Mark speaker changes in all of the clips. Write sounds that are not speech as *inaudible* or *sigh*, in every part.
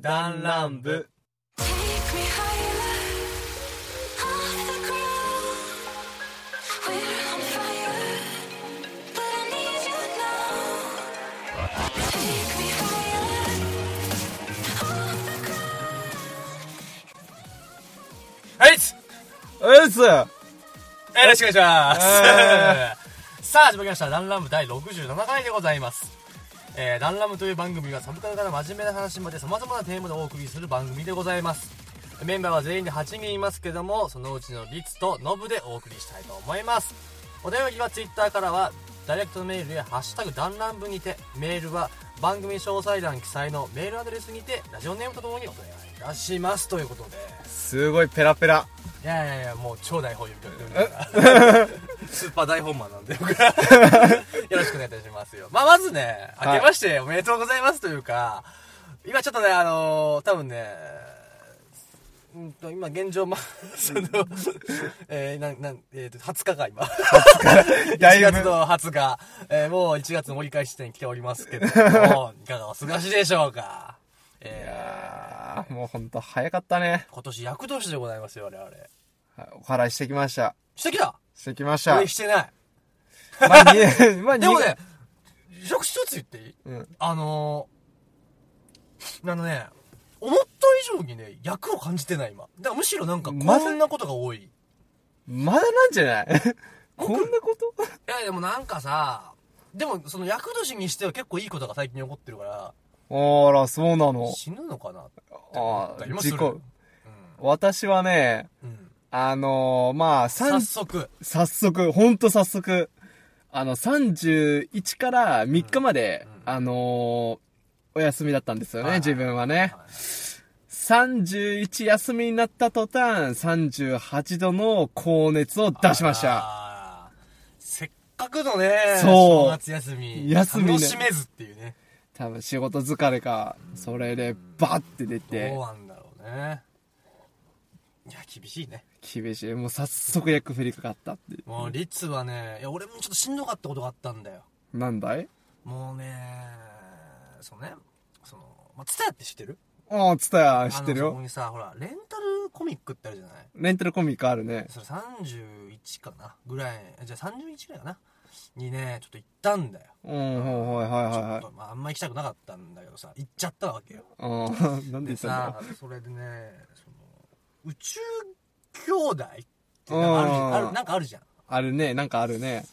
Speaker 1: 弾丸部
Speaker 2: Take me higher, off the ground. We're on fire, but I need you now. Take me higher, off the ground.
Speaker 3: はいっす
Speaker 1: うっす
Speaker 3: よろしくお願いし
Speaker 1: え
Speaker 3: ます。さあ、始まりました。ダンラム第67回でございます。えー、ダンラムという番組はサブカルから真面目な話まで様々なテーマでお送りする番組でございます。メンバーは全員で8人いますけども、そのうちのリツとノブでお送りしたいと思います。お便りは Twitter からは、ダイレクトメールやハッシュタグダンラム部にて、メールは番組詳細欄記載のメールアドレスにて、ラジオネームとともにお願いいたします。ということで、
Speaker 1: すごいペラペラ
Speaker 3: いやいやいや、もう超大本読み込んでるから。 *laughs* スーパー大本マンなんで、僕 *laughs* はよろしくお願いいたしますよ。まあ、まずね、
Speaker 1: はい
Speaker 3: 明けましておめでとうございますというか、今ちょっとね、あのー、多分ね、うんと、今現状、ま、 *laughs*
Speaker 1: *laughs*
Speaker 3: その、えー、なん、なん、えっ、と、20日か、今。
Speaker 1: だい
Speaker 3: 1
Speaker 1: ぶ
Speaker 3: 月の20日、えーもう1月の折り返し地点に来ておりますけど
Speaker 1: *laughs*
Speaker 3: も、いかがお過ごしでしょうか。え
Speaker 1: あーもうほんと早かったね
Speaker 3: ー、今年厄年でございますよ、我々。
Speaker 1: はいお払いしてきました
Speaker 3: してきた
Speaker 1: してきました
Speaker 3: 俺してない。
Speaker 1: まあ、に *laughs* まあ、に
Speaker 3: でもね、職種一つ言っていい
Speaker 1: うん
Speaker 3: あのー、あのね、思った以上にね、役を感じてない今。だからむしろなんか、
Speaker 1: まさ
Speaker 3: こんなことが多い。い
Speaker 1: まだなんじゃないこんなこと
Speaker 3: や、でもなんかさ、でも、その、役年にしては結構いいことが最近起こってるから、
Speaker 1: あら、そうなの。
Speaker 3: 死ぬのかなって思
Speaker 1: あ
Speaker 3: ったり
Speaker 1: ー
Speaker 3: もす
Speaker 1: 事
Speaker 3: る。
Speaker 1: 故。私はね、
Speaker 3: うん。うん。
Speaker 1: あのー、まあ、
Speaker 3: 早
Speaker 1: 三
Speaker 3: 速。
Speaker 1: 早速、ほんと早速、あの、31から3日まで、
Speaker 3: うんうん
Speaker 1: あのー、お休みだったんですよね、
Speaker 3: はいはい
Speaker 1: 自分はね。
Speaker 3: はい
Speaker 1: 31休みになった途端、38度の高熱を出しました。
Speaker 3: あー。せっかくのね、
Speaker 1: そう
Speaker 3: 正月休み。
Speaker 1: 休みね
Speaker 3: 楽しめずっていうね。
Speaker 1: 多分仕事疲れか、それでバッて出
Speaker 3: どう
Speaker 1: て、
Speaker 3: なんだろうね。いや、厳しいね。
Speaker 1: 厳しい。もう早速役振りかかったっていう。
Speaker 3: もう、リツはね、いや、俺もちょっとしんどかったことがあったんだよ。
Speaker 1: なんだい
Speaker 3: もうね、そのね、その、まあ、ツタヤって知ってる
Speaker 1: ああ、つたや、知ってる
Speaker 3: あのそこ
Speaker 1: よ。
Speaker 3: にさ、ほら、レンタルコミックってあるじゃない
Speaker 1: レンタルコミックあるね。
Speaker 3: それ31かなぐらい、じゃあ31ぐらいかなにね、ちょっと行ったんだよ。
Speaker 1: うん、はいはいはいはい
Speaker 3: ちょっと、まあ、あんま行きたくなかったんだけどさ、行っちゃったわけよ。
Speaker 1: はい。うん、 *laughs* なんで言
Speaker 3: で
Speaker 1: ったんだ
Speaker 3: さ、それでね、その、宇宙兄弟ってなんかあるじゃ
Speaker 1: うんん
Speaker 3: ある、なんかあるじゃん。
Speaker 1: あるね、なんかあるね。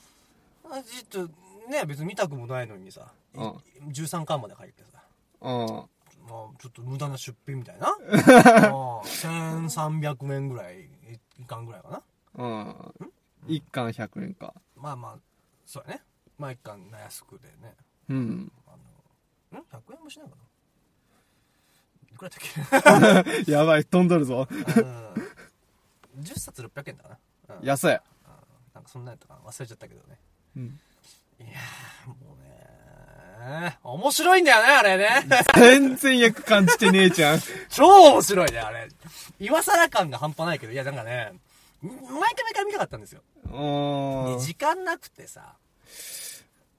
Speaker 3: あちょっとね別に見たくもないのにさ、い
Speaker 1: うん
Speaker 3: 13巻まで入ってさ
Speaker 1: うん。
Speaker 3: もうちょっと無駄な出費みたいな
Speaker 1: *laughs*
Speaker 3: もう1300円ぐらいいかんぐらいかな
Speaker 1: うん。一貫100円か。
Speaker 3: まあまあそうやねまあ一巻な安くでね
Speaker 1: うん。
Speaker 3: あのん100円もしないかないくらだっ
Speaker 1: やばい、飛んどるぞ。
Speaker 3: けうん10冊600円だかな、うん、
Speaker 1: 安い。
Speaker 3: なんかそんなんやったかな忘れちゃったけどね
Speaker 1: うん。
Speaker 3: いやーもうね面白いんだよねあれね
Speaker 1: 全然役感じてねえじゃん。
Speaker 3: 超面白いね、あれ。今更感が半端ないけど、いや、なんかね、毎回毎回見たかったんですよ。
Speaker 1: う
Speaker 3: で時間なくてさ、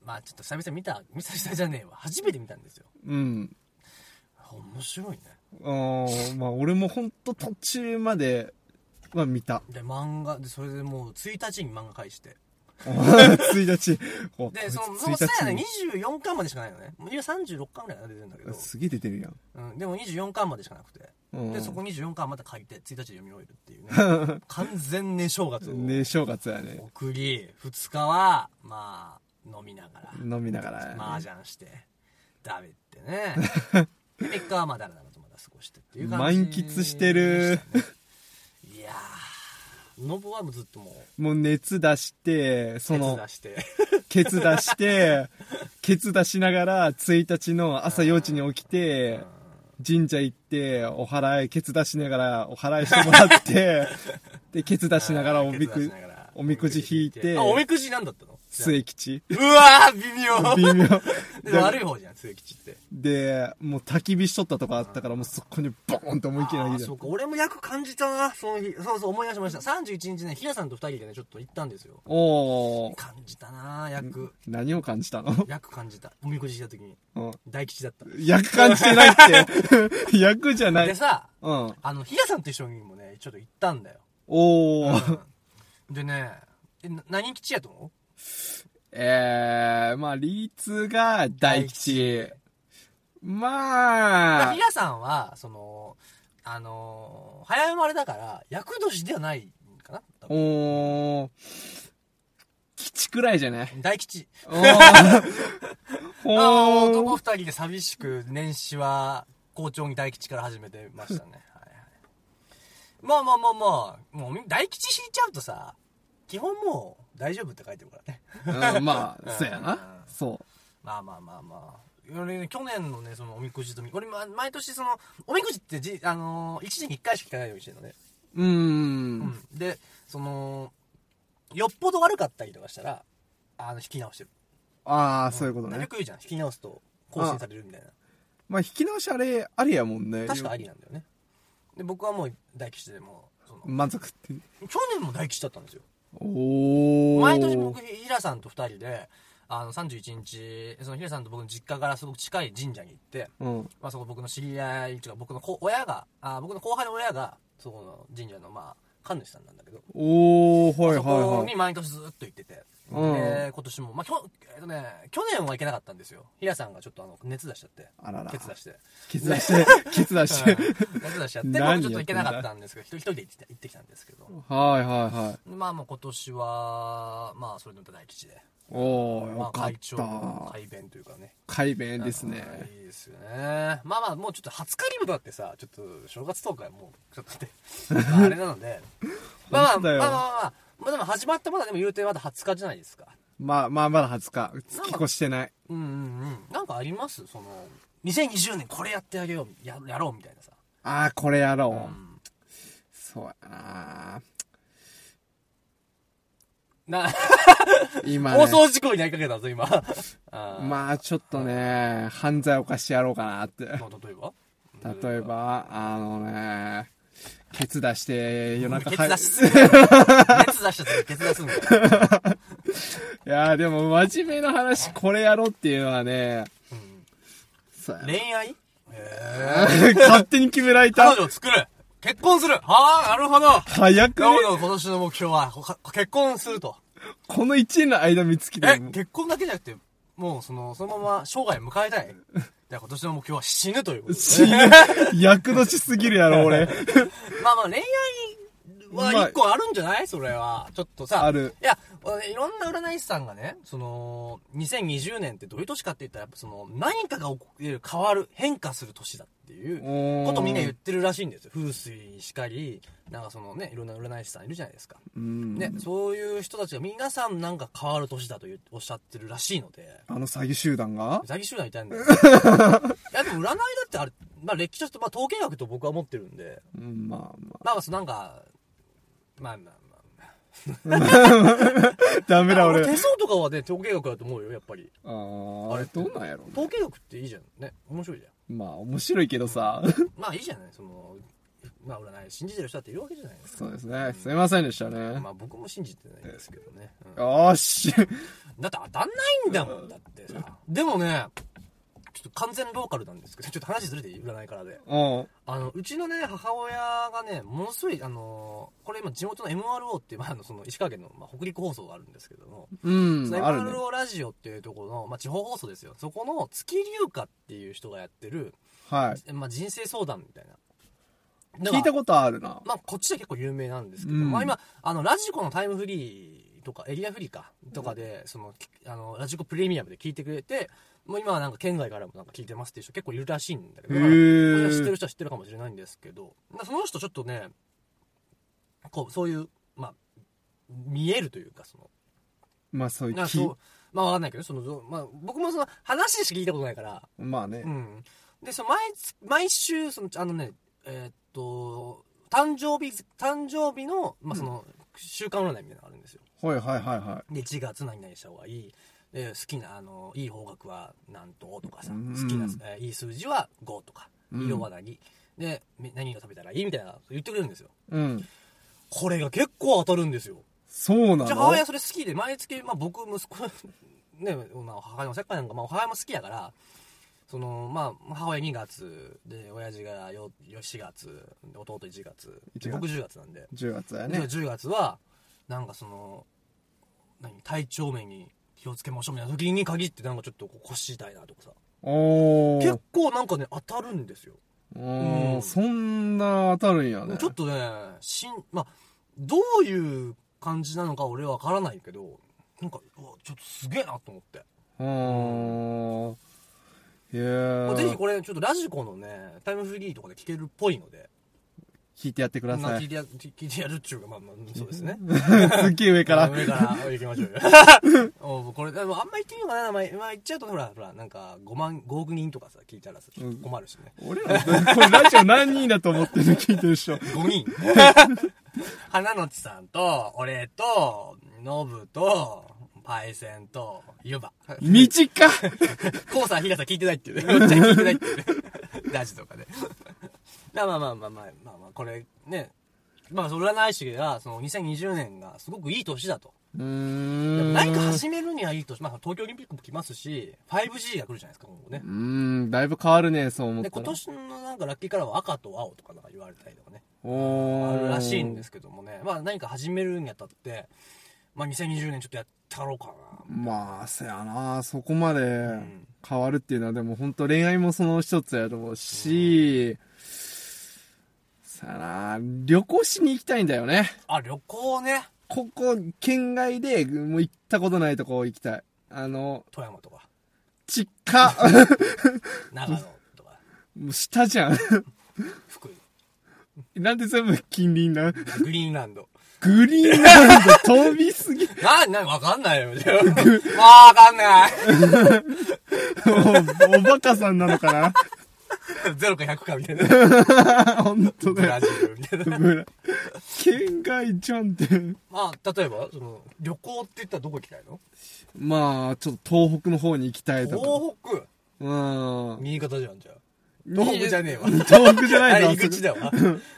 Speaker 3: まあちょっと久々見た、見た久々じゃねえわ。初めて見たんですよ。
Speaker 1: ん。うん。
Speaker 3: 面白いね。
Speaker 1: うん。まあ、俺もほんと途中まで、は見た。
Speaker 3: で、漫画、で、それでもう、1日に漫画返して。
Speaker 1: 1日。お
Speaker 3: で、そ
Speaker 1: こ
Speaker 3: の、
Speaker 1: いつ
Speaker 3: その
Speaker 1: 1日
Speaker 3: さやね
Speaker 1: に、
Speaker 3: 24巻までしかないのね。もう今36巻ぐらい出てるんだけど、
Speaker 1: すげえ出てるやん。
Speaker 3: うん、でも24巻までしかなくて。
Speaker 1: うん
Speaker 3: で、そこ24巻また借りて、1日で読み終えるっていう
Speaker 1: *laughs*
Speaker 3: ね。完全ね、正月を。
Speaker 1: ね正月やね。
Speaker 3: 送り2日はまあ飲みながら
Speaker 1: 飲みながら。
Speaker 3: 麻雀して食べてねで3日はまあだらだらとまだ過ごしてっていう感じ、
Speaker 1: 満喫してる。
Speaker 3: いやーノブはもうずっともう
Speaker 1: もう熱出して、その
Speaker 3: 熱、出して
Speaker 1: ケツ出して、ケツ出しながら、1日の朝4時に起きて、神社行って、お祓い、ケツ出しながら、お祓いしてもらって、で、ケツ出しながら、お
Speaker 3: 血
Speaker 1: み
Speaker 3: 出
Speaker 1: く
Speaker 3: しながら、
Speaker 1: おみくじ引いて
Speaker 3: あ、おみくじなんだったの
Speaker 1: 末吉。
Speaker 3: うわー微妙
Speaker 1: 微妙。
Speaker 3: *laughs* で
Speaker 1: で
Speaker 3: 悪い方じゃん、末吉って。
Speaker 1: で、もう焚き火しとったとかあったから、もうそこにボーンって思いっきり投げ
Speaker 3: あ
Speaker 1: ちゃ
Speaker 3: そう
Speaker 1: う。
Speaker 3: か、俺も役感じたな、その日。そうそう、思い出しました。31日ね、ひやさんと二人でね、ちょっと行ったんですよ。
Speaker 1: おー。
Speaker 3: 感じたな、役。
Speaker 1: 何を感じたの
Speaker 3: 役感じた。おみくじした時に。
Speaker 1: うん
Speaker 3: 大吉だった。
Speaker 1: 役感じてないっ
Speaker 3: *laughs*
Speaker 1: て。役じゃな
Speaker 3: で
Speaker 1: い。
Speaker 3: さ、
Speaker 1: うん。
Speaker 3: あの、ひやさんと一緒にもね、ちょっと行ったんだよ。
Speaker 1: おー。
Speaker 3: うんでね、え、な何吉やと思う
Speaker 1: えー、まあ、リーツが大吉。まあ
Speaker 3: ひ、やさんは、その、あのー早生まれだから、役年ではないかな多分
Speaker 1: おー、吉くらいじ
Speaker 3: *laughs*
Speaker 1: ゃない
Speaker 3: 大吉。
Speaker 1: おー。
Speaker 3: あの男
Speaker 1: おー。
Speaker 3: 二人で寂しく、年始は、校長に大吉から始めてま
Speaker 1: *laughs*
Speaker 3: したね。はいはい。まあまあまあまあ、もう、大吉引いちゃうとさ、基本もう、大丈夫って書いてるからね。
Speaker 1: うん、まあ、そうや
Speaker 3: うん
Speaker 1: な。そう。
Speaker 3: まあまあまあまあ。俺ね、去年のね、そのおみくじとみ、俺、ま、毎年その、おみくじってじ、あのー一時に一回しか聞かないようにしてるのね。
Speaker 1: うー。
Speaker 3: うんん。で、その、よっぽど悪かったりとかしたら、あの、引き直してる。
Speaker 1: ああ、そういうこと
Speaker 3: よ
Speaker 1: ね。
Speaker 3: く言うじゃん。引き直すと、更新されるみたいな。
Speaker 1: まあ、引き直しあれ、ありやもんね。
Speaker 3: 確かありなんだよね。で、僕はもう大吉でもう、その、
Speaker 1: 満足って。
Speaker 3: 去年も大吉だったんですよ。
Speaker 1: おお。
Speaker 3: 毎年僕、ひらさんと二人で、あの、31日、そのひらさんと僕の実家からすごく近い神社に行って、
Speaker 1: うん。
Speaker 3: まあ、そこ僕の知り合いっていうか僕の子親があ僕の後輩の親がそこの神社のまあ神主さんなんだけど、
Speaker 1: おー、はい
Speaker 3: そこ
Speaker 1: はいは
Speaker 3: に
Speaker 1: い。
Speaker 3: 毎年ずっと行ってて、
Speaker 1: うん
Speaker 3: で今年も、まあきょえっとね、去年は行けなかったんですよ平さんがちょっとあの熱出しちゃって
Speaker 1: あらら。
Speaker 3: 決出
Speaker 1: *laughs*
Speaker 3: して
Speaker 1: 決断し
Speaker 3: *laughs*
Speaker 1: て、決断して。
Speaker 3: うん熱出しちゃって僕ちょっ
Speaker 1: 何やってんだ
Speaker 3: と行けなかったんですけど一人一人で行ってきた行ってきたんですけど
Speaker 1: はいはいはい。
Speaker 3: まあもう今年はまあそれでも大吉で、
Speaker 1: おー、
Speaker 3: ま
Speaker 1: よ
Speaker 3: あ、
Speaker 1: か
Speaker 3: 会
Speaker 1: っ
Speaker 3: 長
Speaker 1: た。
Speaker 3: 会弁というかね
Speaker 1: 改弁です
Speaker 3: あ
Speaker 1: ね。
Speaker 3: ーいいですよね。まあまあ、もうちょっと初回リブだってさ、ちょっと正月トークはもう、ちょっと
Speaker 1: *laughs*
Speaker 3: 待って、まああれなので。まあまあ、ま
Speaker 1: 本当だ
Speaker 3: あ
Speaker 1: よ
Speaker 3: まあまあ、まあでも始まってまだでも言うてまだ20日じゃないですか。
Speaker 1: まあ、まあ、まだ20日。月越してない。
Speaker 3: うんうんうん。なんかありますその、2020年これやってあげよう、ややろうみたいなさ。
Speaker 1: ああ、これやろう。
Speaker 3: うん。
Speaker 1: そうやな。
Speaker 3: な、
Speaker 1: 今
Speaker 3: 放
Speaker 1: ね。
Speaker 3: 送事故になりかけたぞ、
Speaker 1: *laughs*
Speaker 3: 今。あー
Speaker 1: まあ、ちょっとね、犯罪を犯してやろうかなって。
Speaker 3: まあ例えば
Speaker 1: 例えば、あのね、ケツ出して夜中
Speaker 3: ケ
Speaker 1: 入
Speaker 3: ツ
Speaker 1: る
Speaker 3: 出しすぎる。
Speaker 1: *laughs*
Speaker 3: 熱出しちゃってケツ出すんだよ。
Speaker 1: いやーでも真面目な話これやろうっていうのはね、
Speaker 3: うん
Speaker 1: そうやな
Speaker 3: 恋愛へー
Speaker 1: 勝手に決められ
Speaker 3: 彼
Speaker 1: た
Speaker 3: 女を作る結婚するはあ、なるほど
Speaker 1: 早くね
Speaker 3: 今日の今年の目標は、ほか結婚すると。
Speaker 1: この1年の間見つけて
Speaker 3: え、
Speaker 1: も
Speaker 3: 結婚だけじゃなくて、もうその、そのまま生涯迎えた
Speaker 1: *laughs*
Speaker 3: い。じゃあ今年の目標は死ぬということです *laughs*
Speaker 1: 死
Speaker 3: ね。
Speaker 1: ぬ役年すぎるやろ俺
Speaker 3: まあまあ恋愛
Speaker 1: ま
Speaker 3: は
Speaker 1: あ
Speaker 3: 一個あるんじゃないそれは。ちょっとさ。
Speaker 1: ある。
Speaker 3: いや、俺いろんな占い師さんがね、その、2020年ってどういう年かって言ったら、やっぱその、何かが起こる変わる、変化する年だっていう。ことみんな言ってるらしいんですよ。風水にしかり、なんかそのね、いろんな占い師さんいるじゃないですか。
Speaker 1: うん
Speaker 3: ね、そういう人たちが皆さんなんか変わる年だというおっしゃってるらしいので、
Speaker 1: あの詐欺集団が
Speaker 3: 詐欺集団いたい
Speaker 1: *laughs*
Speaker 3: んだよ。いや、でも占いだってあれ、まあ歴史として、まあ統計学と僕は思ってるんで、
Speaker 1: うんまあま
Speaker 3: まあまあそうなんか、まあまあまあ。 *laughs*
Speaker 1: あダメだ俺
Speaker 3: 手相とかはね、統計学だと思うよ、やっぱり。
Speaker 1: あーあれどうなんやろ
Speaker 3: 統計学っていいじゃん。ね、面白いじゃ
Speaker 1: まあ面白いけどさ
Speaker 3: ん。
Speaker 1: *laughs*
Speaker 3: まあいいじゃない、その、まあ占い信じてる人だっているわけじゃないですか。
Speaker 1: そうですねすいませんでしたね
Speaker 3: まあ僕も信じてないんですけどね。うん
Speaker 1: よーし *laughs*
Speaker 3: だって当たんないんだもんだってさでもねちょっと完全ローカルなんですけどちょっと話ずれていい占いからで
Speaker 1: うん
Speaker 3: あのうちのね母親がねものすごいあのこれ今地元の MRO っていう、まあ、あのその石川県の、まあ、北陸放送があるんですけども、
Speaker 1: う
Speaker 3: そ
Speaker 1: ん
Speaker 3: の
Speaker 1: あるね
Speaker 3: MRO ラジオっていうところの、まあ、地方放送ですよそこの月龍花っていう人がやってる、
Speaker 1: はい
Speaker 3: まあ、人生相談みたいな
Speaker 1: 聞いたことあるな
Speaker 3: まあ、こっちで結構有名なんですけど、
Speaker 1: うん
Speaker 3: まあ今、あの、ラジコのタイムフリーとか、エリアフリーか、とかで、その、きあの、ラジコプレミアムで聞いてくれて、もう今はなんか県外からもなんか聞いてますっていう人結構いるらしいんだけど、
Speaker 1: へ
Speaker 3: まあ
Speaker 1: ー
Speaker 3: これは知ってる人は知ってるかもしれないんですけど、まあその人ちょっとね、こう、そういう、まあ、見えるというか、その、
Speaker 1: まあそういう
Speaker 3: なんか
Speaker 1: 気
Speaker 3: そう、まあわかんないけど、その、どまあ僕もその話しか聞いたことないから、
Speaker 1: まあね
Speaker 3: うん、でその毎月毎週そのあのねえーっと誕生日誕生日の,、まあその週間占いみたいなのがあるんですよ
Speaker 1: はいはいはいはい
Speaker 3: で1月何々した方がいいで好きなあのいい方角はなんととかさ、
Speaker 1: うん
Speaker 3: 好きな、えーいい数字は5とか、
Speaker 1: うん
Speaker 3: 色は何でみ何が食べたらいいみたいなこと言ってくれるんですよ
Speaker 1: うん。
Speaker 3: これが結構当たるんですよ
Speaker 1: そうな
Speaker 3: じゃあ
Speaker 1: の
Speaker 3: 母親それ好きで毎月、まあ、僕息子 *laughs* ね、まあ、母親の世界なんか、まあ、母親も好きやからそのまあ母親2月で親父がよよ4月弟1月
Speaker 1: 1月
Speaker 3: 僕10月なんで
Speaker 1: ?10 月だよ
Speaker 3: で
Speaker 1: ね。
Speaker 3: 10月はなんかその何体調面に気をつけましょうみたいな時に限ってなんかちょっとこう腰痛いなとかさ
Speaker 1: お
Speaker 3: 結
Speaker 1: ー。
Speaker 3: 構なんかね当たるんですよ、
Speaker 1: お
Speaker 3: うん
Speaker 1: ーそんな当たるんやね。
Speaker 3: ちょっとねしん、まあ、どういう感じなのか俺は分からないけどなんかうわちょっとすげえなと思って、
Speaker 1: うーん。いや
Speaker 3: まあ、
Speaker 1: ー
Speaker 3: ぜひこれちょっとラジコのねタイムフリーとかで聞けるっぽいので
Speaker 1: 聞いてやってくだ
Speaker 3: まあ
Speaker 1: さ
Speaker 3: 聞い
Speaker 1: い。
Speaker 3: てや聞いてやるっちゅうかまあまあそうですね
Speaker 1: すっげえ上から。
Speaker 3: 上から行きましょうよ *laughs* おうこれでもあんま言ってみようかな、まあ、まあ言っちゃうとほらほらなんか5万5億人とかさ聞いたらさ
Speaker 1: うん
Speaker 3: 困るしね、
Speaker 1: 俺ら、これラジオ何人だと思ってるの聞いてるで
Speaker 3: *laughs*
Speaker 1: しょ。
Speaker 3: 5人
Speaker 1: *laughs*
Speaker 3: 花のちさんと俺とノブとパイセンとユバ
Speaker 1: 短っ
Speaker 3: コウさん、ヒラさん聞いてない
Speaker 1: *laughs*
Speaker 3: っていうね。よっちゃん聞いてないっていうね。ラジとかで。まあまあまあまあまあ、まあまあ、これね。まあ、その占い師が、その2020年がすごくいい年だと。
Speaker 1: うー
Speaker 3: でも
Speaker 1: ん。
Speaker 3: 何か始めるにはいい年。まあ、東京オリンピックも来ますし、5G が来るじゃないですか、今後ね
Speaker 1: う。ーん、だいぶ変わるね、そう思った
Speaker 3: で、
Speaker 1: ら。
Speaker 3: 今年のなんかラッキーカラーは赤と青とかなんか言われたりとかね。
Speaker 1: お
Speaker 3: あ
Speaker 1: ー
Speaker 3: るらしいんですけどもね。まあ、何か始めるにあたって、まあ、2020年ちょっとやったろうかな。
Speaker 1: まあ、せやな、そこまで
Speaker 3: ん
Speaker 1: 変わるっていうのは、でも本当恋愛もその一つやろうし、さあな、旅行しに行きたいんだよね。
Speaker 3: あ、旅行ね。
Speaker 1: ここ、県外で、もう行ったことないとこ行きたい。あの、
Speaker 3: 富山とか、
Speaker 1: ちっ
Speaker 3: *laughs*
Speaker 1: か、
Speaker 3: 長野とか、
Speaker 1: もう下じゃん。
Speaker 3: 福井、
Speaker 1: なんで全部近隣なの
Speaker 3: グリーンランド。
Speaker 1: グリーンランド飛びすぎ。
Speaker 3: な、な、わかんない
Speaker 1: *laughs*
Speaker 3: よ。わかんない。
Speaker 1: おおバカさんなのかな
Speaker 3: ゼロか100かみたいな。
Speaker 1: 本当
Speaker 3: ブラ
Speaker 1: だよ。
Speaker 3: ジルみたいな。
Speaker 1: ブラ県外じゃんって。
Speaker 3: まあ、例えば、その、旅行って言ったらどこ行きたいの
Speaker 1: まあ、ちょっと東北の方に行きたいとか。
Speaker 3: 東北
Speaker 1: うん。
Speaker 3: 新潟じゃん、じゃあ。東北じゃねえわ。
Speaker 1: 東北じゃ
Speaker 3: あ
Speaker 1: ない
Speaker 3: れ、
Speaker 1: の
Speaker 3: 井口だわ。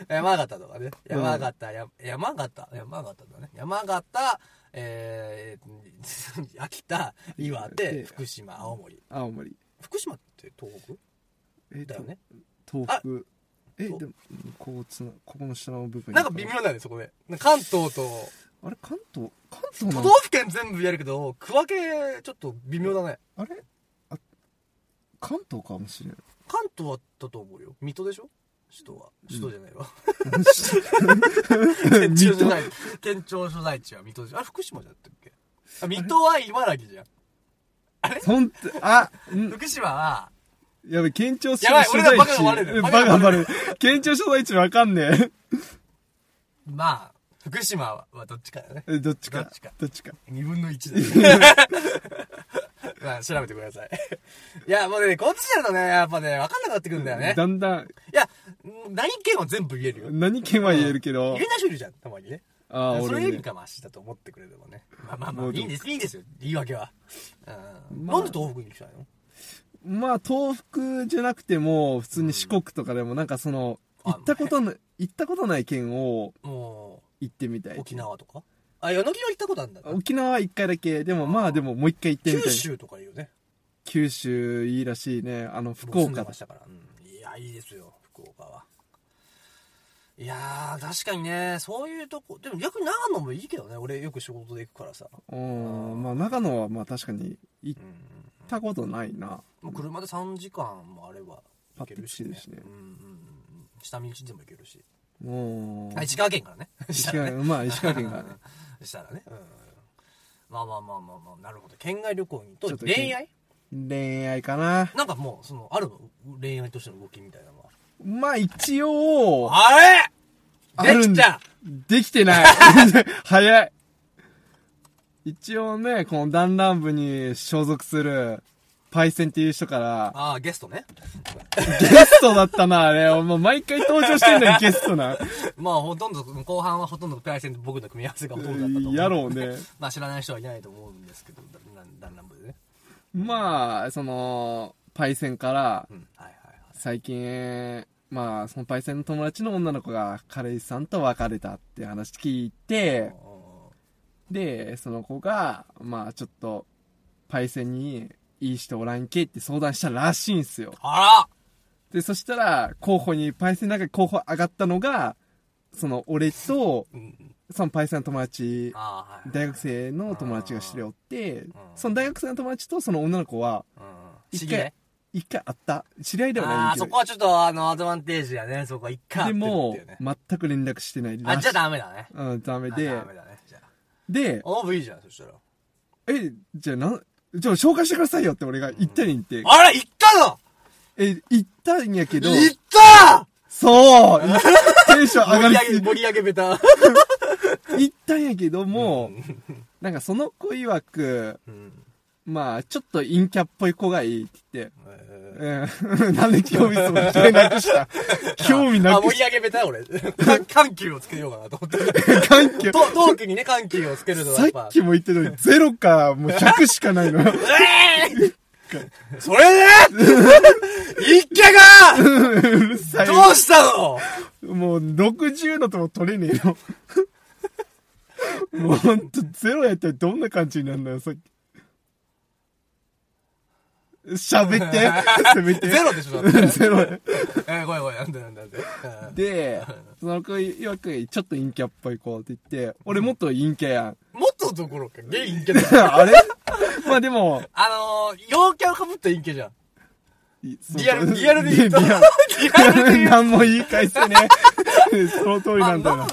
Speaker 3: 山形とかね。山形、や山形、山形だね。山形、えー、 *laughs* 秋田、岩手、福島、青森。
Speaker 1: 青森。
Speaker 3: 福島って東北
Speaker 1: えっ
Speaker 3: だよね。
Speaker 1: 東
Speaker 3: あ
Speaker 1: 北。え、
Speaker 3: と
Speaker 1: でも、こうつな、ここの下の部分に
Speaker 3: なんか微妙だね、そこで。関東と、
Speaker 1: あれ、関東関東
Speaker 3: 都
Speaker 1: な
Speaker 3: 道
Speaker 1: の
Speaker 3: 府県全部やるけど、区分け、ちょっと微妙だね。
Speaker 1: あれあ、関東かもしれん。
Speaker 3: 関東だと思うよ水戸でしょ首都は首都じゃ
Speaker 1: *laughs*
Speaker 3: ないわ、 *laughs* 県庁所在地県庁所在地は水戸じゃんあれ福島じゃったっけあ水戸は茨城じゃん
Speaker 1: ほんと、あ、ん
Speaker 3: 福島は
Speaker 1: やべ、県庁所
Speaker 3: やばい俺らバカが
Speaker 1: 地。
Speaker 3: バレる
Speaker 1: うんバ
Speaker 3: バカ
Speaker 1: カ
Speaker 3: が
Speaker 1: が
Speaker 3: バ
Speaker 1: バ
Speaker 3: レ
Speaker 1: レる。県庁所在地わかんね
Speaker 3: まあ福島はどっちかだね
Speaker 1: え。えどっちか。
Speaker 3: どっちか
Speaker 1: どっちか。
Speaker 3: 2分の1だ
Speaker 1: *laughs*
Speaker 3: ねまあ調べてくださいいやもうねこっちだとねやっぱね分かんなくなってくるんだよね
Speaker 1: だんだ
Speaker 3: い
Speaker 1: ん、
Speaker 3: や何県は全部言えるよ
Speaker 1: 何県は言えるけど
Speaker 3: 言え、ない人いるじゃんたまにね
Speaker 1: あー
Speaker 3: それ
Speaker 1: 俺
Speaker 3: より
Speaker 1: ね、
Speaker 3: かマシだと思ってくれればね。まあまあま
Speaker 1: も
Speaker 3: あ、
Speaker 1: う
Speaker 3: い
Speaker 1: でも
Speaker 3: いんです、いいんですよ、言い訳は。うん
Speaker 1: まあ
Speaker 3: なんで東北に行きたいの
Speaker 1: まあ、東北じゃなくても、普通に四国とかでも、なんかその、
Speaker 3: あ
Speaker 1: 行ったことない、行ったことない県を
Speaker 3: も
Speaker 1: 行ってみた
Speaker 3: う、
Speaker 1: い。
Speaker 3: 沖縄とかあ、柳は行ったことあるんだ。
Speaker 1: 沖縄は一回だけ、でもまあでももう一回行ってみ
Speaker 3: 九
Speaker 1: たい。
Speaker 3: 州とかいいよね。
Speaker 1: 九州いいらしいね。あの、福
Speaker 3: 僕住んで
Speaker 1: 岡
Speaker 3: ましたから。うんいや、いいですよ、福岡は。いやー、確かにね、そういうとこ、でも逆に長野もいいけどね、俺よく仕事で行くからさ。
Speaker 1: うん、まあ長野はまあ確かに行っ
Speaker 3: うん
Speaker 1: たことないな。
Speaker 3: もう車で3時間もあれば行けるし
Speaker 1: パ
Speaker 3: ね
Speaker 1: ッと行けるしね
Speaker 3: うんうんうん下道でも行けるし。
Speaker 1: もう
Speaker 3: あ、、石川県からね。 *laughs*
Speaker 1: 石川県、まあ石川県がね。
Speaker 3: したらね、うん、まあまあまあまあまあなるほど県外旅行に
Speaker 1: ちょ
Speaker 3: と
Speaker 1: っと
Speaker 3: 恋愛
Speaker 1: 恋愛かな。
Speaker 3: なんかもうそのあるの恋愛としての動きみたいなのは
Speaker 1: まあ一応、
Speaker 3: あ
Speaker 1: あ
Speaker 3: れで
Speaker 1: る
Speaker 3: き
Speaker 1: ん
Speaker 3: た
Speaker 1: できてない。早い。一応ね、この弾丸部に所属する、パイセンっていう人から、
Speaker 3: ああゲストね
Speaker 1: ゲストだったな、あれ。もう毎回登場してんのにゲストな。
Speaker 3: まあほとんど後半はほとんどペア戦と僕の組み合わせがほとんどだったと思う *laughs*
Speaker 1: やろうね。
Speaker 3: まあ知らない人はいないと思うんですけどだだんだん部でね、
Speaker 1: まあ、その、パイセンから
Speaker 3: う、んはいはいはい
Speaker 1: 最近、まあ、そのパイセンの友達の女の子が彼氏さんと別れたって話聞いて、 *laughs* で、その子が、まあ、ちょっと、パイセンに、いい人おらんけって相談したらしいんすよ。
Speaker 3: あ
Speaker 1: で、そしたら、候補に、パイセンなんか候補上がったのが、その、俺と、
Speaker 3: らうん
Speaker 1: そのパイセンの友達、
Speaker 3: あーはいはい
Speaker 1: 大学生の友達が知り合って
Speaker 3: あー、
Speaker 1: その大学生の友達とその女の子は、
Speaker 3: うん
Speaker 1: 一
Speaker 3: ちぎれ
Speaker 1: 回、一回会った。知り合いではない
Speaker 3: あ
Speaker 1: ん
Speaker 3: あ
Speaker 1: だ
Speaker 3: そ
Speaker 1: け
Speaker 3: こはちょっとあのアドバンテージやねそこは一回会っ
Speaker 1: ど。で
Speaker 3: てるっ
Speaker 1: も
Speaker 3: ていうね、
Speaker 1: 全く連絡してない
Speaker 3: あ
Speaker 1: らしい。
Speaker 3: じゃあダメだね
Speaker 1: うん、ダメ
Speaker 3: あ
Speaker 1: で
Speaker 3: ダ。メだねじゃあ
Speaker 1: で、
Speaker 3: オーブいいじゃんそしたら
Speaker 1: え、じゃあなん、じゃあ紹介してくださいよって俺が言ったに言って。
Speaker 3: あら行ったの
Speaker 1: え、言ったんやけど、
Speaker 3: 行った
Speaker 1: そうテンション
Speaker 3: 盛り
Speaker 1: 上がり
Speaker 3: 上
Speaker 1: す
Speaker 3: げ
Speaker 1: ぎ
Speaker 3: 盛り上げベタ
Speaker 1: 言ったんやけども、なんかその子曰く、
Speaker 3: うん
Speaker 1: まあ、ちょっと陰キャっぽい子がいいって言って、
Speaker 3: え
Speaker 1: うん、 *laughs* なんで興味その興味なくした
Speaker 3: *laughs* ー
Speaker 1: 興味
Speaker 3: あ
Speaker 1: なく
Speaker 3: 盛
Speaker 1: し
Speaker 3: り上げベタ俺か緩急をつけようかなと思って
Speaker 1: た関係
Speaker 3: トトークにね緩急をつけるのは
Speaker 1: さ
Speaker 3: やっ
Speaker 1: っ
Speaker 3: ぱ
Speaker 1: きも言ったのに、ゼロか、もう100し
Speaker 3: *laughs*
Speaker 1: かないの。
Speaker 3: それで一家が
Speaker 1: うるさい。
Speaker 3: どうしたの
Speaker 1: もう、60のとも取れねえの。もう *laughs* ほんと、ゼロやったらどんな感じになるのよ、さっき。喋って、
Speaker 3: *laughs*
Speaker 1: せめて。
Speaker 3: ゼロでしょだって
Speaker 1: ゼロ。
Speaker 3: えーごめんごめんなんでなんでなんでうん
Speaker 1: で、その子曰く、ちょっと陰キャっぽい子って言って、俺もっと陰キャやん。
Speaker 3: 元どころかゲイ陰キャだ
Speaker 1: あれ *laughs* まあでも、
Speaker 3: あのー、陽キャをかぶった陰キャじゃん
Speaker 1: リ
Speaker 3: リアルリアルで言うとリ
Speaker 1: リア
Speaker 3: アルで言うと
Speaker 1: 何も言い返せね。 *laughs* その通りなんだよな。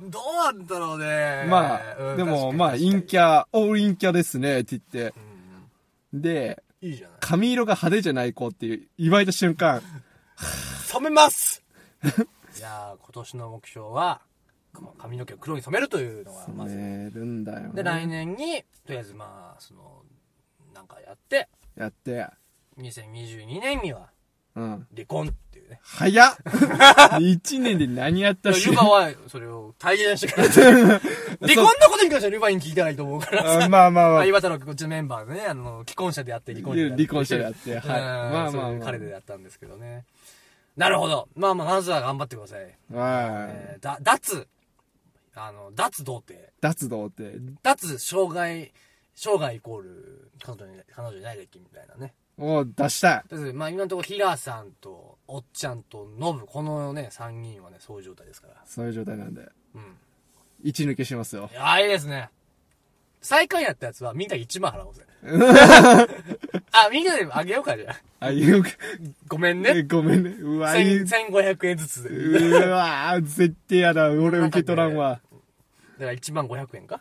Speaker 3: どうなんだろうね
Speaker 1: ま
Speaker 3: う
Speaker 1: あ、
Speaker 3: ん確か
Speaker 1: でも、
Speaker 3: に
Speaker 1: まあ、
Speaker 3: 確かに
Speaker 1: 陰キャ、オール陰キャですね、って言って。で、
Speaker 3: いいじゃない
Speaker 1: 髪色が派手じゃない子って言われた瞬間、
Speaker 3: 染めます
Speaker 1: *laughs*
Speaker 3: いやー今年の目標はまあ髪の毛を黒に染めるというのがまず、
Speaker 1: ねるんだよ、
Speaker 3: で
Speaker 1: ね。
Speaker 3: 来年にとりあえずまあそのなんかやって
Speaker 1: やって、
Speaker 3: 2022年には
Speaker 1: うん。
Speaker 3: 離婚っていうね
Speaker 1: 早
Speaker 3: *laughs*
Speaker 1: っ一年で何やったし
Speaker 3: ル。バはそれを体現してくれて
Speaker 1: *laughs*
Speaker 3: 離婚のことに関してはルバに聞いたらいいと思うから
Speaker 1: あまあまあまあ
Speaker 3: 相。葉太郎こっちのメンバーのね、あの、既婚者であって、離婚者であって。
Speaker 1: 離婚者であってはい
Speaker 3: うん
Speaker 1: まあまあまあ
Speaker 3: そういう彼でやったんですけどね。なるほど。まあまあ、まずは頑張ってください。
Speaker 1: はい。
Speaker 3: えーだ、脱、あの、脱童貞。
Speaker 1: 脱道って、
Speaker 3: 脱障害、生涯イコール、彼女に、彼女にない歴みたいなね。
Speaker 1: を出した
Speaker 3: とりあえずまあ今のところ、ヒラさんと、おっちゃんと、ノブ、このね、三人はね、そういう状態ですから
Speaker 1: い。。そういう状態なんで。
Speaker 3: うん。
Speaker 1: 一抜けしますよ
Speaker 3: い。や、いいですね。最下位やったやつは、みんな1万払おうぜ。あ、みんなであげようか、じゃあ。
Speaker 1: あ、いう、
Speaker 3: ごめんね。
Speaker 1: ごめんね。うわ、い
Speaker 3: 千
Speaker 1: う、
Speaker 3: 1500円ずつで。だ
Speaker 1: うわ、絶対やだ。俺受け取らんわ。
Speaker 3: から1万500円か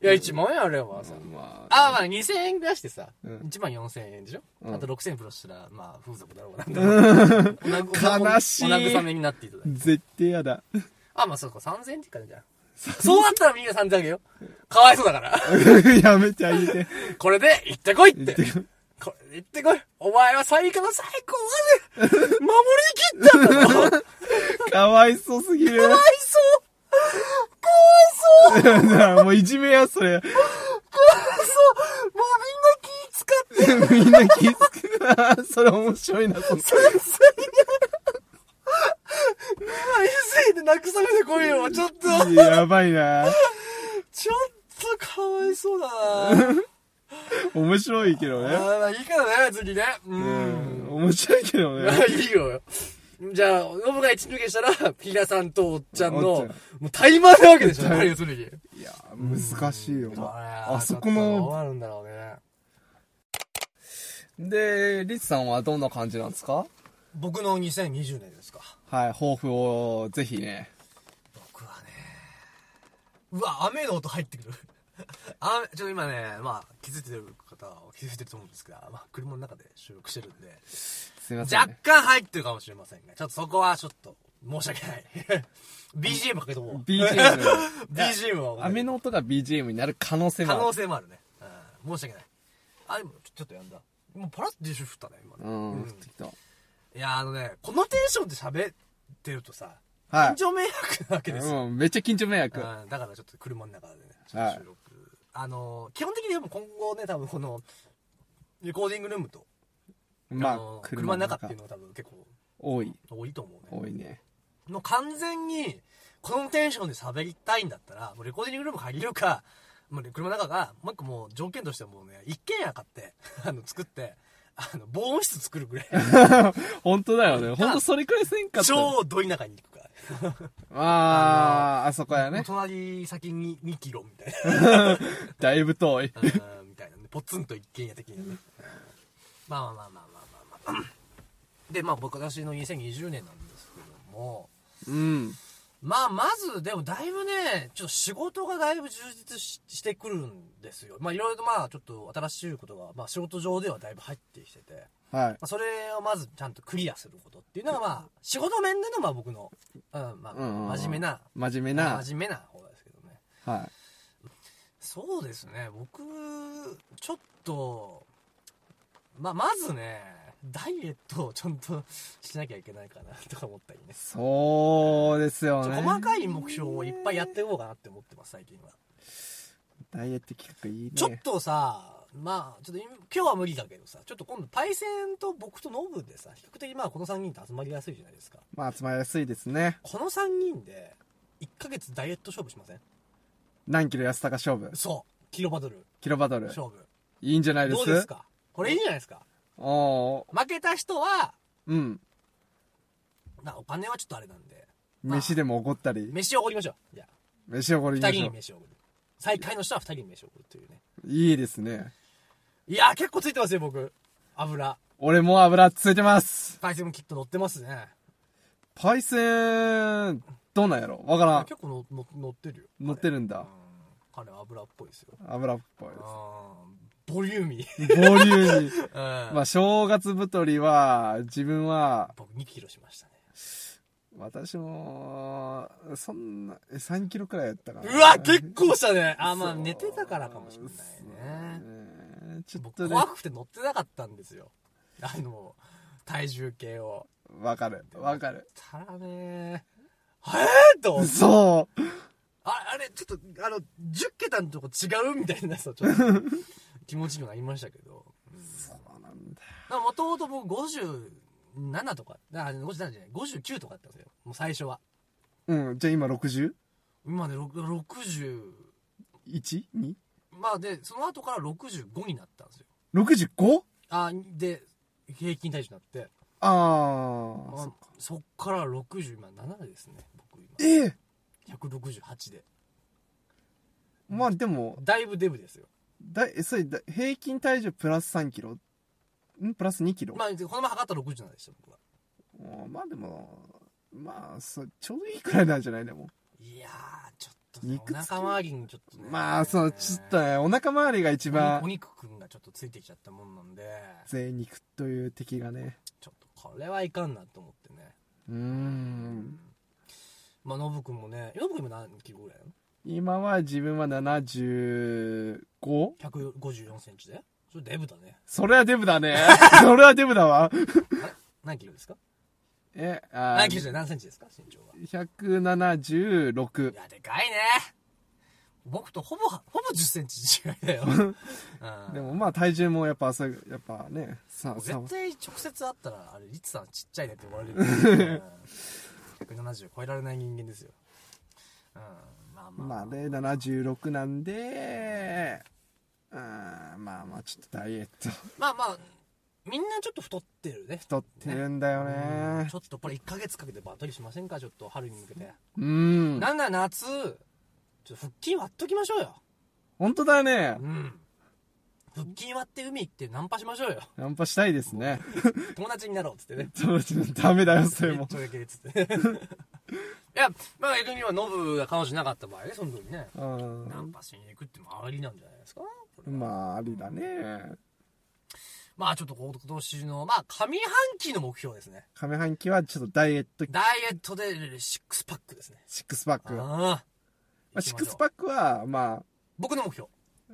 Speaker 3: いや、1万円あれはさ。
Speaker 1: まあ、
Speaker 3: あ、まあ2000円出してさ、
Speaker 1: うん
Speaker 3: 1万4000円でしょ、
Speaker 1: うん
Speaker 3: あと6000円プラスしたら、まあ、風俗だろうなと。おなご
Speaker 1: 悲しい
Speaker 3: お慰めになっていただいて。
Speaker 1: 絶対やだ。
Speaker 3: あ、まあそうか、3000円って感じだ。そうなったらみんな3000円あげよう。かわいそうだから。
Speaker 1: やめてあげて。
Speaker 3: これで、行ってこいって。
Speaker 1: 行って
Speaker 3: これで行ってこい。お前は最下の最高まで、守りきったんだぞ。かわい
Speaker 1: かわいそうすぎる。
Speaker 3: そう。
Speaker 1: もういじめや、それ。
Speaker 3: そうもうみんな気使って、
Speaker 1: みんな気づく。それ面白いな、その
Speaker 3: 今 SE で慰めてこいよ、ちょっと。
Speaker 1: やばいな。
Speaker 3: ちょっとかわいそうだな。
Speaker 1: *laughs* 面白いけどね。
Speaker 3: ああ、いいからね、次ね。う。
Speaker 1: うんん。面白いけどね。
Speaker 3: *laughs* いいよ。じゃあ、ノブが一抜けしたら、ピラさんとおっちゃんの、
Speaker 1: お
Speaker 3: も
Speaker 1: っちゃん
Speaker 3: うタイマーなわけで
Speaker 1: *laughs*
Speaker 3: しょ、何をするに。
Speaker 1: いや、難しいよ
Speaker 3: どうね
Speaker 1: あそ
Speaker 3: ど
Speaker 1: こ
Speaker 3: う
Speaker 1: の。
Speaker 3: なるんだろうね。
Speaker 1: で、リツさんはどんな感じなんですか
Speaker 3: 僕の2020年ですか。
Speaker 1: はい、抱負をぜひね。
Speaker 3: 僕はね、うわ、雨の音入ってくる。 *laughs* あちょっと今ね、まあ、気づいてる方は気づいてると思うんですが、まあ、車の中で収録してるんで、
Speaker 1: すいません、
Speaker 3: 若
Speaker 1: ね。
Speaker 3: 干入ってるかもしれませんね。ちょっとそこはちょっと、申し訳ない。BGM かけとこう。 *laughs*
Speaker 1: BGM。
Speaker 3: BGM を。
Speaker 1: 雨の音が BGM になる可能性も
Speaker 3: 可
Speaker 1: ある
Speaker 3: 能。性もあるね。うん、申し訳ない。あ、でもちょ、ちょっとやんだ。もうパラッと自主振ったね、今ね。
Speaker 1: うん、降ってきた。
Speaker 3: いや、あのね、このテンションで喋ってるとさ、
Speaker 1: はい
Speaker 3: 緊張迷惑なわけですよ。
Speaker 1: うん、めっちゃ緊張迷惑。
Speaker 3: うんだからちょっと車の中でね、ちょ
Speaker 1: は
Speaker 3: っ
Speaker 1: い
Speaker 3: と収録あの、基本的にでも今後ね、多分この、レコーディングルームと、
Speaker 1: ま
Speaker 3: あ
Speaker 1: あ
Speaker 3: の、
Speaker 1: 車
Speaker 3: 車
Speaker 1: の
Speaker 3: の中
Speaker 1: 中
Speaker 3: っていうのが多分結構
Speaker 1: 多い。
Speaker 3: 多いと思うね。
Speaker 1: 多いね。
Speaker 3: もう完全に、このテンションで喋りたいんだったら、もうレコーディングルーム借りるか、もうね車の中が、もう一個もう条件としてはもうね、一軒家買って、 *laughs* あの、作って、あの、防音室作るぐらい、
Speaker 1: 本当だよね。本当それくらいせんかったら。
Speaker 3: 超ど田舎に行くから。
Speaker 1: ああ、あそこやね。
Speaker 3: 隣先に2キロみたいな。
Speaker 1: だいぶ遠
Speaker 3: *laughs*
Speaker 1: い。
Speaker 3: あーみたいなね、ポツンと一軒家的なね。まあまあまあまあまあまあまあ。で、まあ僕、私の2020年なんですけども、
Speaker 1: うん。
Speaker 3: まあまず、でもだいぶね、ちょっと仕事がだいぶ充実ししてくるんですよ。まあいろいろとまあちょっと新しいことが、まあ仕事上ではだいぶ入ってきてて、ま
Speaker 1: はい。
Speaker 3: あそれをまずちゃんとクリアすることっていうのがまあ、仕事面でのまあ僕の、うん、ま
Speaker 1: うんうんうん
Speaker 3: あ、真面目な、
Speaker 1: 真面目な。
Speaker 3: 真面目な方ですけどね。
Speaker 1: は
Speaker 3: そうですね、僕、ちょっと、まあ、まずね、ダイエットをちゃんとしなきゃいけないかなとか思ったりね
Speaker 1: い。。そうですよ
Speaker 3: ちょ
Speaker 1: ね。
Speaker 3: 細かい目標をいっぱいやっていこうかなって思ってます、最近は。
Speaker 1: ダイエット企画いいね。
Speaker 3: ちょっとさ、まあ、ちょっと今今日は無理だけどさ、ちょっと今度、パイセンと僕とノブでさ、比較的まあ、この3人って集まりやすいじゃないですか。
Speaker 1: まあ、集まりやすいですね。
Speaker 3: この3人で、1ヶ月ダイエット勝負しません
Speaker 1: 何キロ痩せたか勝負。
Speaker 3: そう。キロバトル
Speaker 1: キロバトル。
Speaker 3: 勝負。
Speaker 1: いいんじゃないです
Speaker 3: どうですかこれいいじゃないですか。
Speaker 1: おー
Speaker 3: 負けた人は、
Speaker 1: うん。
Speaker 3: まあお金はちょっとあれなんで、まあ
Speaker 1: 飯でも怒ったり、
Speaker 3: 飯をおごりましょう。いや、
Speaker 1: 飯をこれ
Speaker 3: 二
Speaker 1: にしま
Speaker 3: 人
Speaker 1: し
Speaker 3: に飯
Speaker 1: ょ
Speaker 3: をおごる。最下位の人は二人に飯をおごるというね。
Speaker 1: う。いいですね。
Speaker 3: いやー、結構ついてますよ、僕。油。
Speaker 1: 俺も油ついてます。
Speaker 3: パイセンもきっと乗ってますね。
Speaker 1: パイセン、どうなんやろわからん。
Speaker 3: 結構のの乗ってるよ。
Speaker 1: 乗ってるん
Speaker 3: う
Speaker 1: だ
Speaker 3: ん。。彼油っぽいですよ。
Speaker 1: 油っぽいです。
Speaker 3: うん。ボリューミー。
Speaker 1: ボリューミ
Speaker 3: *laughs*
Speaker 1: ー。
Speaker 3: うん。
Speaker 1: まあ、正月太りは、自分は、
Speaker 3: 僕2キロしましたね。
Speaker 1: 私も、そんな、え3キロくらいやったかな。
Speaker 3: うわ、結構したね。あー、まあ
Speaker 1: そう
Speaker 3: 寝てたからかもしれないね。
Speaker 1: ねちょっと
Speaker 3: 僕
Speaker 1: ね、
Speaker 3: 怖くて乗ってなかったんですよ。あの、体重計を。
Speaker 1: わかる。わかる。
Speaker 3: たらねー。はえーと思って
Speaker 1: そう。
Speaker 3: ああれ、ちょっと、あの、10桁のとこ違うみたいなさ、ちょっ *laughs* と、気持ちにはなりましたけど。
Speaker 1: そうなんだ。
Speaker 3: もともと僕57とか、あ、57じゃない、59とかだったんですよ。もう最初は。
Speaker 1: うん、じゃあ今 60?
Speaker 3: 今ね、ろく60、
Speaker 1: 1?2?
Speaker 3: まあで、その後から65になったんですよ。
Speaker 1: 65?
Speaker 3: あ、で、平均体重になって、
Speaker 1: あ
Speaker 3: ま
Speaker 1: ー
Speaker 3: あ、そっから60、今7ですね、僕今。
Speaker 1: ええ
Speaker 3: 168で。
Speaker 1: まあでも、
Speaker 3: だいぶデブですよ。
Speaker 1: だい、えそれだ、平均体重プラス3キロんプラス2キロ
Speaker 3: ま
Speaker 1: ま
Speaker 3: あ、でこの前測ったら67でした、僕は。
Speaker 1: まあでも、まあ、そうちょうどいいくらいなんじゃないでも。
Speaker 3: いやー、ちょっとね、
Speaker 1: 肉
Speaker 3: お
Speaker 1: つき
Speaker 3: 腹周りにちょっとね。
Speaker 1: まあ、そう、ちょっとね、お腹周りが一
Speaker 3: お
Speaker 1: 番、
Speaker 3: 肉くんがちょっとついてきちゃったもんなんで、
Speaker 1: 贅肉という敵がね。
Speaker 3: ちょっとこれはいかんなと思ってね。
Speaker 1: うーん。
Speaker 3: まあ、ノブくんもね、ノブくん今何キロぐらいなの
Speaker 1: 今は自分は 75?
Speaker 3: ?154 センチでそれデブだね。
Speaker 1: それはデブ
Speaker 3: *laughs*
Speaker 1: だね。それはデブだわ。
Speaker 3: 何キロですか
Speaker 1: え、あ
Speaker 3: 何キロじゃない何センチですか身長は。
Speaker 1: 176
Speaker 3: い。や、でかいね。僕とほぼ、ほぼ10センチ違い
Speaker 1: *laughs*
Speaker 3: だよ。うん
Speaker 1: でもまあ体重もやっぱそうやっぱねささ
Speaker 3: 絶対直接会ったら、あれ、リツさんちっちゃいねって言わ
Speaker 1: *laughs*
Speaker 3: れる。うん170超えられない人間ですよ。うん、まあまあ。
Speaker 1: まあね76なんでうんまあまあちょっとダイエット
Speaker 3: まあまあ、みんなちょっと太ってるね。
Speaker 1: 太ってるんだよ
Speaker 3: うん
Speaker 1: ね
Speaker 3: ちょっとこれ1ヶ月かけてバトルしませんかちょっと春に向けて。
Speaker 1: うん
Speaker 3: なんなら夏、ちょっと腹筋割っときましょうよ。
Speaker 1: 本当だね
Speaker 3: うん。腹筋割って海行ってナンパしましょうよ。
Speaker 1: ナンパしたいですね
Speaker 3: 友達になろうっつってね。
Speaker 1: 友達にダメだよそれ
Speaker 3: めっ
Speaker 1: も
Speaker 3: ちゃだけっつ *laughs* って。いや、まあ逆にはノブが彼女いなかった場合ね、その時ね。
Speaker 1: うん
Speaker 3: ナンパしに行くってもありなんじゃないですかこれは
Speaker 1: まあありだね
Speaker 3: まあちょっと今年の、まあ上半期の目標ですね。
Speaker 1: 上半期はちょっとダイエット
Speaker 3: ダイエットでシックスパックですね。
Speaker 1: シックスパックま
Speaker 3: ああ。
Speaker 1: あシックスパックはまあ
Speaker 3: 僕の目標。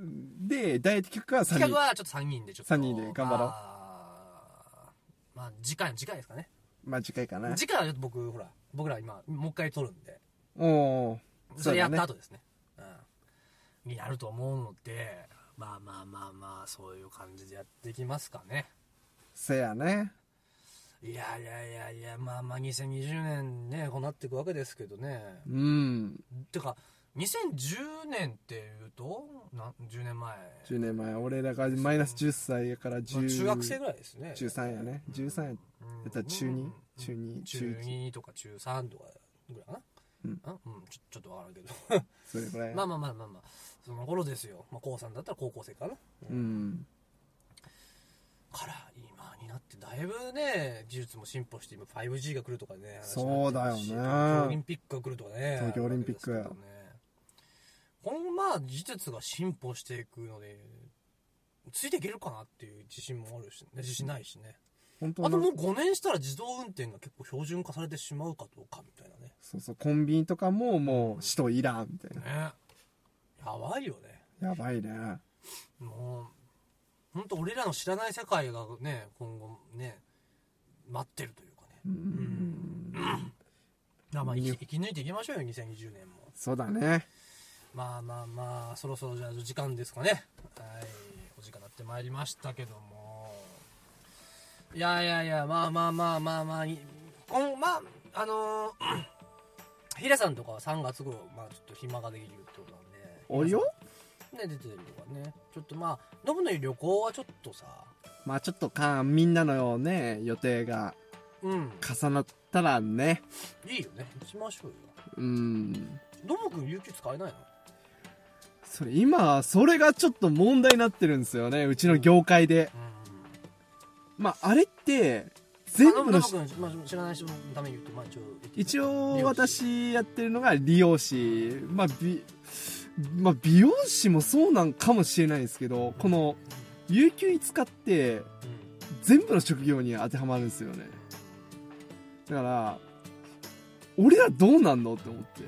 Speaker 1: でダイエット企画は3
Speaker 3: 企
Speaker 1: 人
Speaker 3: 画はちょっと3人でちょっと。
Speaker 1: 三人で頑張ろう
Speaker 3: まあ、まあ、次回、次回ですかね。
Speaker 1: まあ次回かな
Speaker 3: 次回はちょっと僕、ほら、僕ら今、もう一回撮るんで、
Speaker 1: おお
Speaker 3: それやった後ですね。うん。になると思うので、まあまあまあまあ、そういう感じでやっていきますかね。
Speaker 1: せやね。
Speaker 3: いやいやいやいや、まあまあ2020年ね、こうなっていくわけですけどね。
Speaker 1: うん。
Speaker 3: てか、2010年っていうと、なん10年前。
Speaker 1: 10年前、俺らがマイナス10歳やから
Speaker 3: まあ
Speaker 1: 10、
Speaker 3: 中学生ぐらいですね。
Speaker 1: 13やね。13や
Speaker 3: うん。
Speaker 1: ったら中
Speaker 3: う
Speaker 1: 2
Speaker 3: ん、
Speaker 1: 中2、中
Speaker 3: 中
Speaker 1: 1。
Speaker 3: 2とか中3とかぐらいかな。
Speaker 1: うん
Speaker 3: あうん、ちょちょっとわからんけど。
Speaker 1: それぐらい。
Speaker 3: まあまあまあまあまあ、その頃ですよ。まあ、高3だったら高校生かな。
Speaker 1: うん。
Speaker 3: から、今になって、だいぶね、技術も進歩して、今 5G が来るとかね。話に
Speaker 1: そうだ
Speaker 3: な
Speaker 1: よ
Speaker 3: ってる
Speaker 1: ね
Speaker 3: し東京オリンピックが来るとかね。
Speaker 1: 東京オリンピック
Speaker 3: あるわけですけどねこの、まあ、技術が進歩していくので、ついていけるかなっていう自信もあるしね、自信ないしね。
Speaker 1: 本当
Speaker 3: あと
Speaker 1: な
Speaker 3: もう5年したら自動運転が結構標準化されてしまうかどうかみたいなね。
Speaker 1: そうそう、コンビニとかももう、人いらん、みたいな。
Speaker 3: ね。やばいよね。
Speaker 1: やばいね。
Speaker 3: もう、本当俺らの知らない世界がね、今後ね、待ってるというかね。うん。まあまあ、生き生き抜いていきましょうよ、2020年も。
Speaker 1: そうだね。
Speaker 3: まあまあまあ、そろそろじゃあ時間ですかね。はい。お時間なってまいりましたけども。いやいやいや、まあまあまあまあまあ、いこんまあ、あのー、 *clears throat* ヒレさんとかは3月頃、まあちょっと暇ができるってことなんで。
Speaker 1: およ
Speaker 3: ね、出てるとかね。ちょっとまあ、ノブの旅行はちょっとさ、
Speaker 1: まあちょっとか、みんなのね、予定が
Speaker 3: うん、
Speaker 1: 重なったらね。
Speaker 3: いいよね。行きましょうよ。
Speaker 1: うん。
Speaker 3: ノブ君、有給使えないの
Speaker 1: それ、今、それがちょっと問題になってるんですよね。うちの業界で。
Speaker 3: うん。
Speaker 1: まあ、あれって、全
Speaker 3: あノ
Speaker 1: 部
Speaker 3: ブ
Speaker 1: の
Speaker 3: ノ
Speaker 1: し
Speaker 3: ブ君、まあ、知らない人のために言うと、まあ、一応言って。
Speaker 1: 一応
Speaker 3: 美容師
Speaker 1: 私やってるのが理容師まあ美まあ美容師もそうなんかもしれないですけどこの有給5日って
Speaker 3: うん。
Speaker 1: 全部の職業に当てはまるんですよねだから俺らどうなんのって思って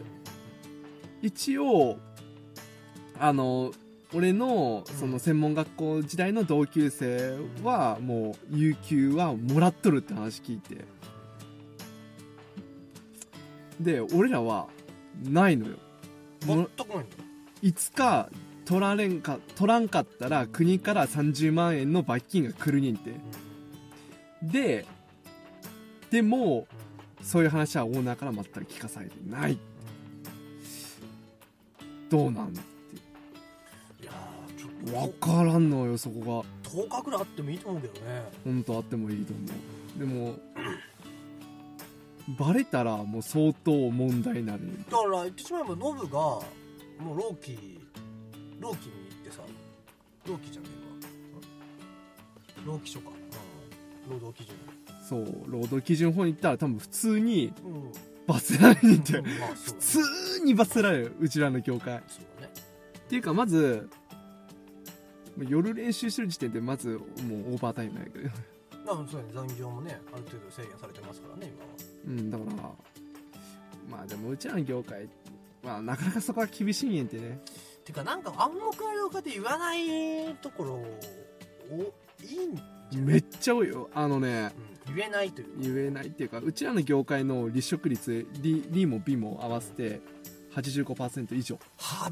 Speaker 1: 一応あの俺のその専門学校時代の同級生はもう有給はもらっとるって話聞いてで俺らはないのよも
Speaker 3: 全くないんだ。
Speaker 1: 5日取られんか取らんかったら国から30万円の罰金が来るにんてででもそういう話はオーナーから全く聞かされてないどうなん
Speaker 3: いやー、ちょ
Speaker 1: わ
Speaker 3: っ
Speaker 1: からんのよそこが
Speaker 3: と、10日ぐらいあってもいいと思うけどね。
Speaker 1: 本当あってもいいと思うでもバレたらもう相当問題になる
Speaker 3: だから、言ってしまえば、ノブが、もう、ローキー、ローキーに行ってさ、ローキーじゃねえか。ローキー書か。うん。労働基準。
Speaker 1: そう労働基準法に行ったら多分普通に *laughs*
Speaker 3: うん。
Speaker 1: 罰せられにんて
Speaker 3: まあ、そうだね。
Speaker 1: 普通に罰せられるうちらの業界
Speaker 3: そうだね。
Speaker 1: っていうかまず夜練習してる時点でまずもうオーバータイムだけど *laughs*
Speaker 3: まあ、そうだね。残業もね、ある程度制限されてますからね、今は。
Speaker 1: うんだからまあでもうちらの業界まあなかなかそこは厳しいんやんってね
Speaker 3: てか、なんか暗黙の了解で言わないところを、いいんじゃない
Speaker 1: めっちゃ多いよあのね
Speaker 3: うん、言えないというか。
Speaker 1: 言えないっていうかうちらの業界の離職率理理も美も合わせて85%以上
Speaker 3: 85%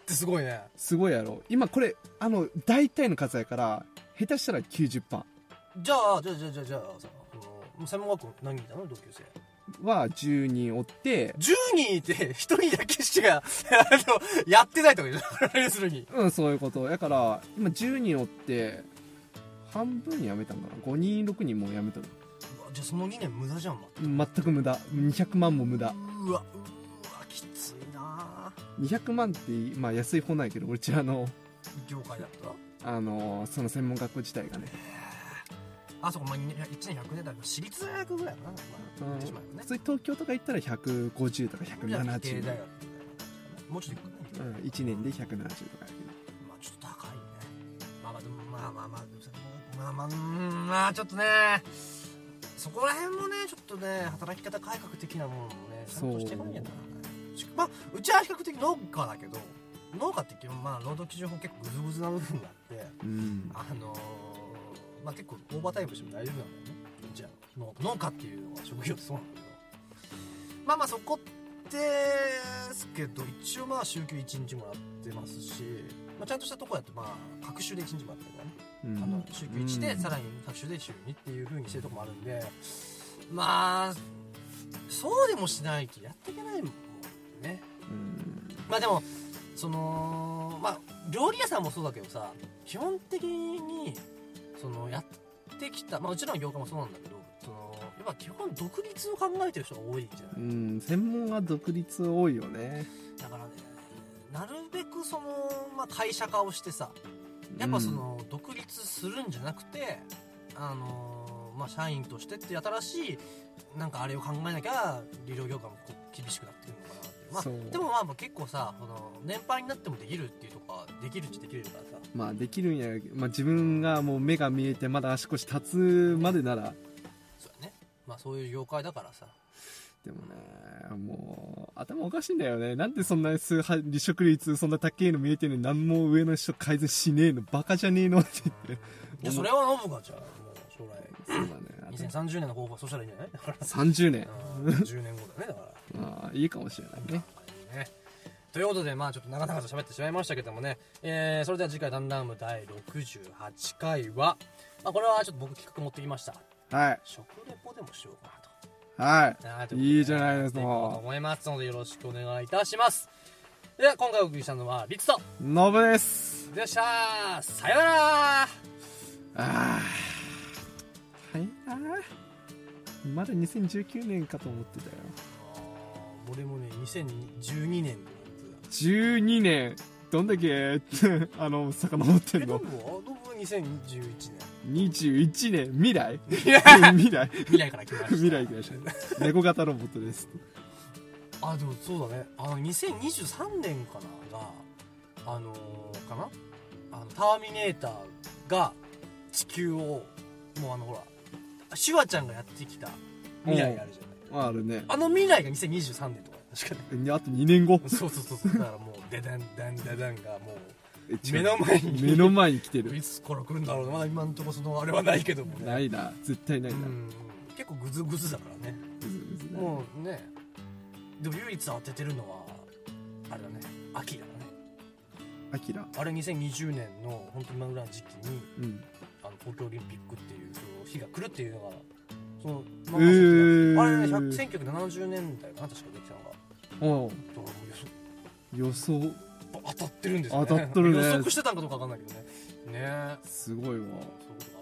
Speaker 3: ってすごいね。
Speaker 1: すごいやろ今これあの大体の数やから下手したら90%
Speaker 3: じゃあ、じゃあ、じゃあ、じゃあ、じゃあさ、あの、もう専門学校何人いたの同級生。
Speaker 1: は10人おって
Speaker 3: 10人いて、1人だけしか、あ *laughs* の、やってないとか言う。要するに。
Speaker 1: うん、そういうこと。だから、今10人おって、半分辞めたんかな ?5 人、6人もう辞めたの。
Speaker 3: うわじゃあその2年無駄じゃん、ま
Speaker 1: 全く無駄。200万も無駄。
Speaker 3: うわ、うわ、きついな
Speaker 1: 200万って、まあ安い方なんやけど、うちらの、
Speaker 3: 業界だった
Speaker 1: あのーその専門学校自体がね。
Speaker 3: あそこ、まあ、1年100年だけど私立大学ぐらいかな、まあ、言ってしまえばね
Speaker 1: 普通に東京とか行ったら150とか
Speaker 3: じゃあ理系大学みたいな
Speaker 1: 170。
Speaker 3: 感じかなもうちょっと行くか
Speaker 1: う
Speaker 3: な、
Speaker 1: ん、1年で170とかやけ
Speaker 3: まあちょっと高いねまあまあでもまあまあまあでもさまあまあうーんまあちょっとねそこら辺もねちょっとね働き方改革的なものもねちゃんとしていかなきゃならないしまあうちは比較的農家だけど農家って基本まあ労働基準法結構グズグズな部分があって
Speaker 1: ど。うん。
Speaker 3: あのー、まあ結構オーバータイムしても大丈夫なんだよねじゃあ農農家っていうのは職業ってそうなんだけどまあまあそこですけど一応まあ週休1日もらってますし、まあ、ちゃんとしたとこやってまあ各週で1日もらってるからね
Speaker 1: うん
Speaker 3: あの週休1でさらに各週で週2っていう風にしてるとこもあるんでまあそうでもしないとやっていけないもんね
Speaker 1: うん
Speaker 3: まあでもそのまあ料理屋さんもそうだけどさ基本的にそのやってきたまあうちらの業界もそうなんだけどそのやっぱ基本独立を考えてる人が多いじゃない
Speaker 1: うん専門は独立多いよね
Speaker 3: だからねなるべくその、まあ、会社化をしてさやっぱその、独立するんじゃなくてあのーまあ社員としてっていう新しいなんかあれを考えなきゃ理療業界もこう厳しくなってくるのかなって、ま
Speaker 1: そう
Speaker 3: あ、でもまあまあ結構さこの年配になってもできるっていうとかできるっちゃできるからさ
Speaker 1: まあできるんや、まあ、自分がもう目が見えてまだ足腰立つまでなら
Speaker 3: そうやねまあそういう業界だから
Speaker 1: *laughs*
Speaker 3: さ
Speaker 1: でもねもう頭おかしいんだよねなんでそんな数は離職率そんな高いの見えてんのに何も上の人改善しねえのバカじゃねえのって言って
Speaker 3: いやそれはノブがじゃあもう将
Speaker 1: そうだねあ
Speaker 3: 来
Speaker 1: と
Speaker 3: 2030年の方法そうしたらいいんじゃないだからさ
Speaker 1: 30年
Speaker 3: うん10年後 *laughs* だねだから
Speaker 1: まあいいかもしれないね
Speaker 3: ね。ということで、まあちょっと長々と喋ってしまいましたけどもね、えー、それでは次回、ダンダム第68回は、まあこれはちょっと僕企画持ってきました。
Speaker 1: はい
Speaker 3: 食レポでもしようか
Speaker 1: は
Speaker 3: なと。
Speaker 1: いいいじゃないです
Speaker 3: か。やっていこうと
Speaker 1: か
Speaker 3: 思いますので、よろしくお願いいたします。では、今回お送りしたのは、リッツと、
Speaker 1: ノブです
Speaker 3: でしたさようなら
Speaker 1: ああはいあーまだ2019年かと思ってたよ
Speaker 3: 俺もね、2012年で
Speaker 1: 12年どんだけ *laughs* あの遡ってん
Speaker 3: ノ
Speaker 1: の
Speaker 3: ブはノブは2011
Speaker 1: 21年未 *laughs* 来
Speaker 3: 年。いや
Speaker 1: 未来
Speaker 3: 未来から来ました。
Speaker 1: *laughs* 未来でしょ猫型ロボットです
Speaker 3: あでもそうだねあの2023年かながあのーかなあのターミネーターが地球をもうあのほらシュワちゃんがやってきた未来あるじゃない
Speaker 1: あるね
Speaker 3: あの未来が2023年とか確かに
Speaker 1: にあと2年後
Speaker 3: そうそうそうそうだからもうデダンダンダダンがもう目の前に
Speaker 1: *laughs* 目の前に来て *laughs*
Speaker 3: い
Speaker 1: る
Speaker 3: つ頃来るんだろうなまだ今のとこそのあれはないけどもね
Speaker 1: ないな絶対ないうな、うん
Speaker 3: 結構グズグズだからね
Speaker 1: ず
Speaker 3: もうねでも唯一当ててるのはあれだね秋だね
Speaker 1: アキラ
Speaker 3: あれ2020年の本当に今ぐらいの時期に
Speaker 1: うん
Speaker 3: あの東京オリンピックっていうその日が来るっていうのがその、
Speaker 1: えー
Speaker 3: あれね100 1970年代かな確かできたのが
Speaker 1: おう
Speaker 3: だからもう予測
Speaker 1: 予想
Speaker 3: 当たってるんですね
Speaker 1: 当たっとるね
Speaker 3: 予測してたんかどうかわかんないけどねねえ
Speaker 1: すご
Speaker 3: そう
Speaker 1: いわ
Speaker 3: いうこと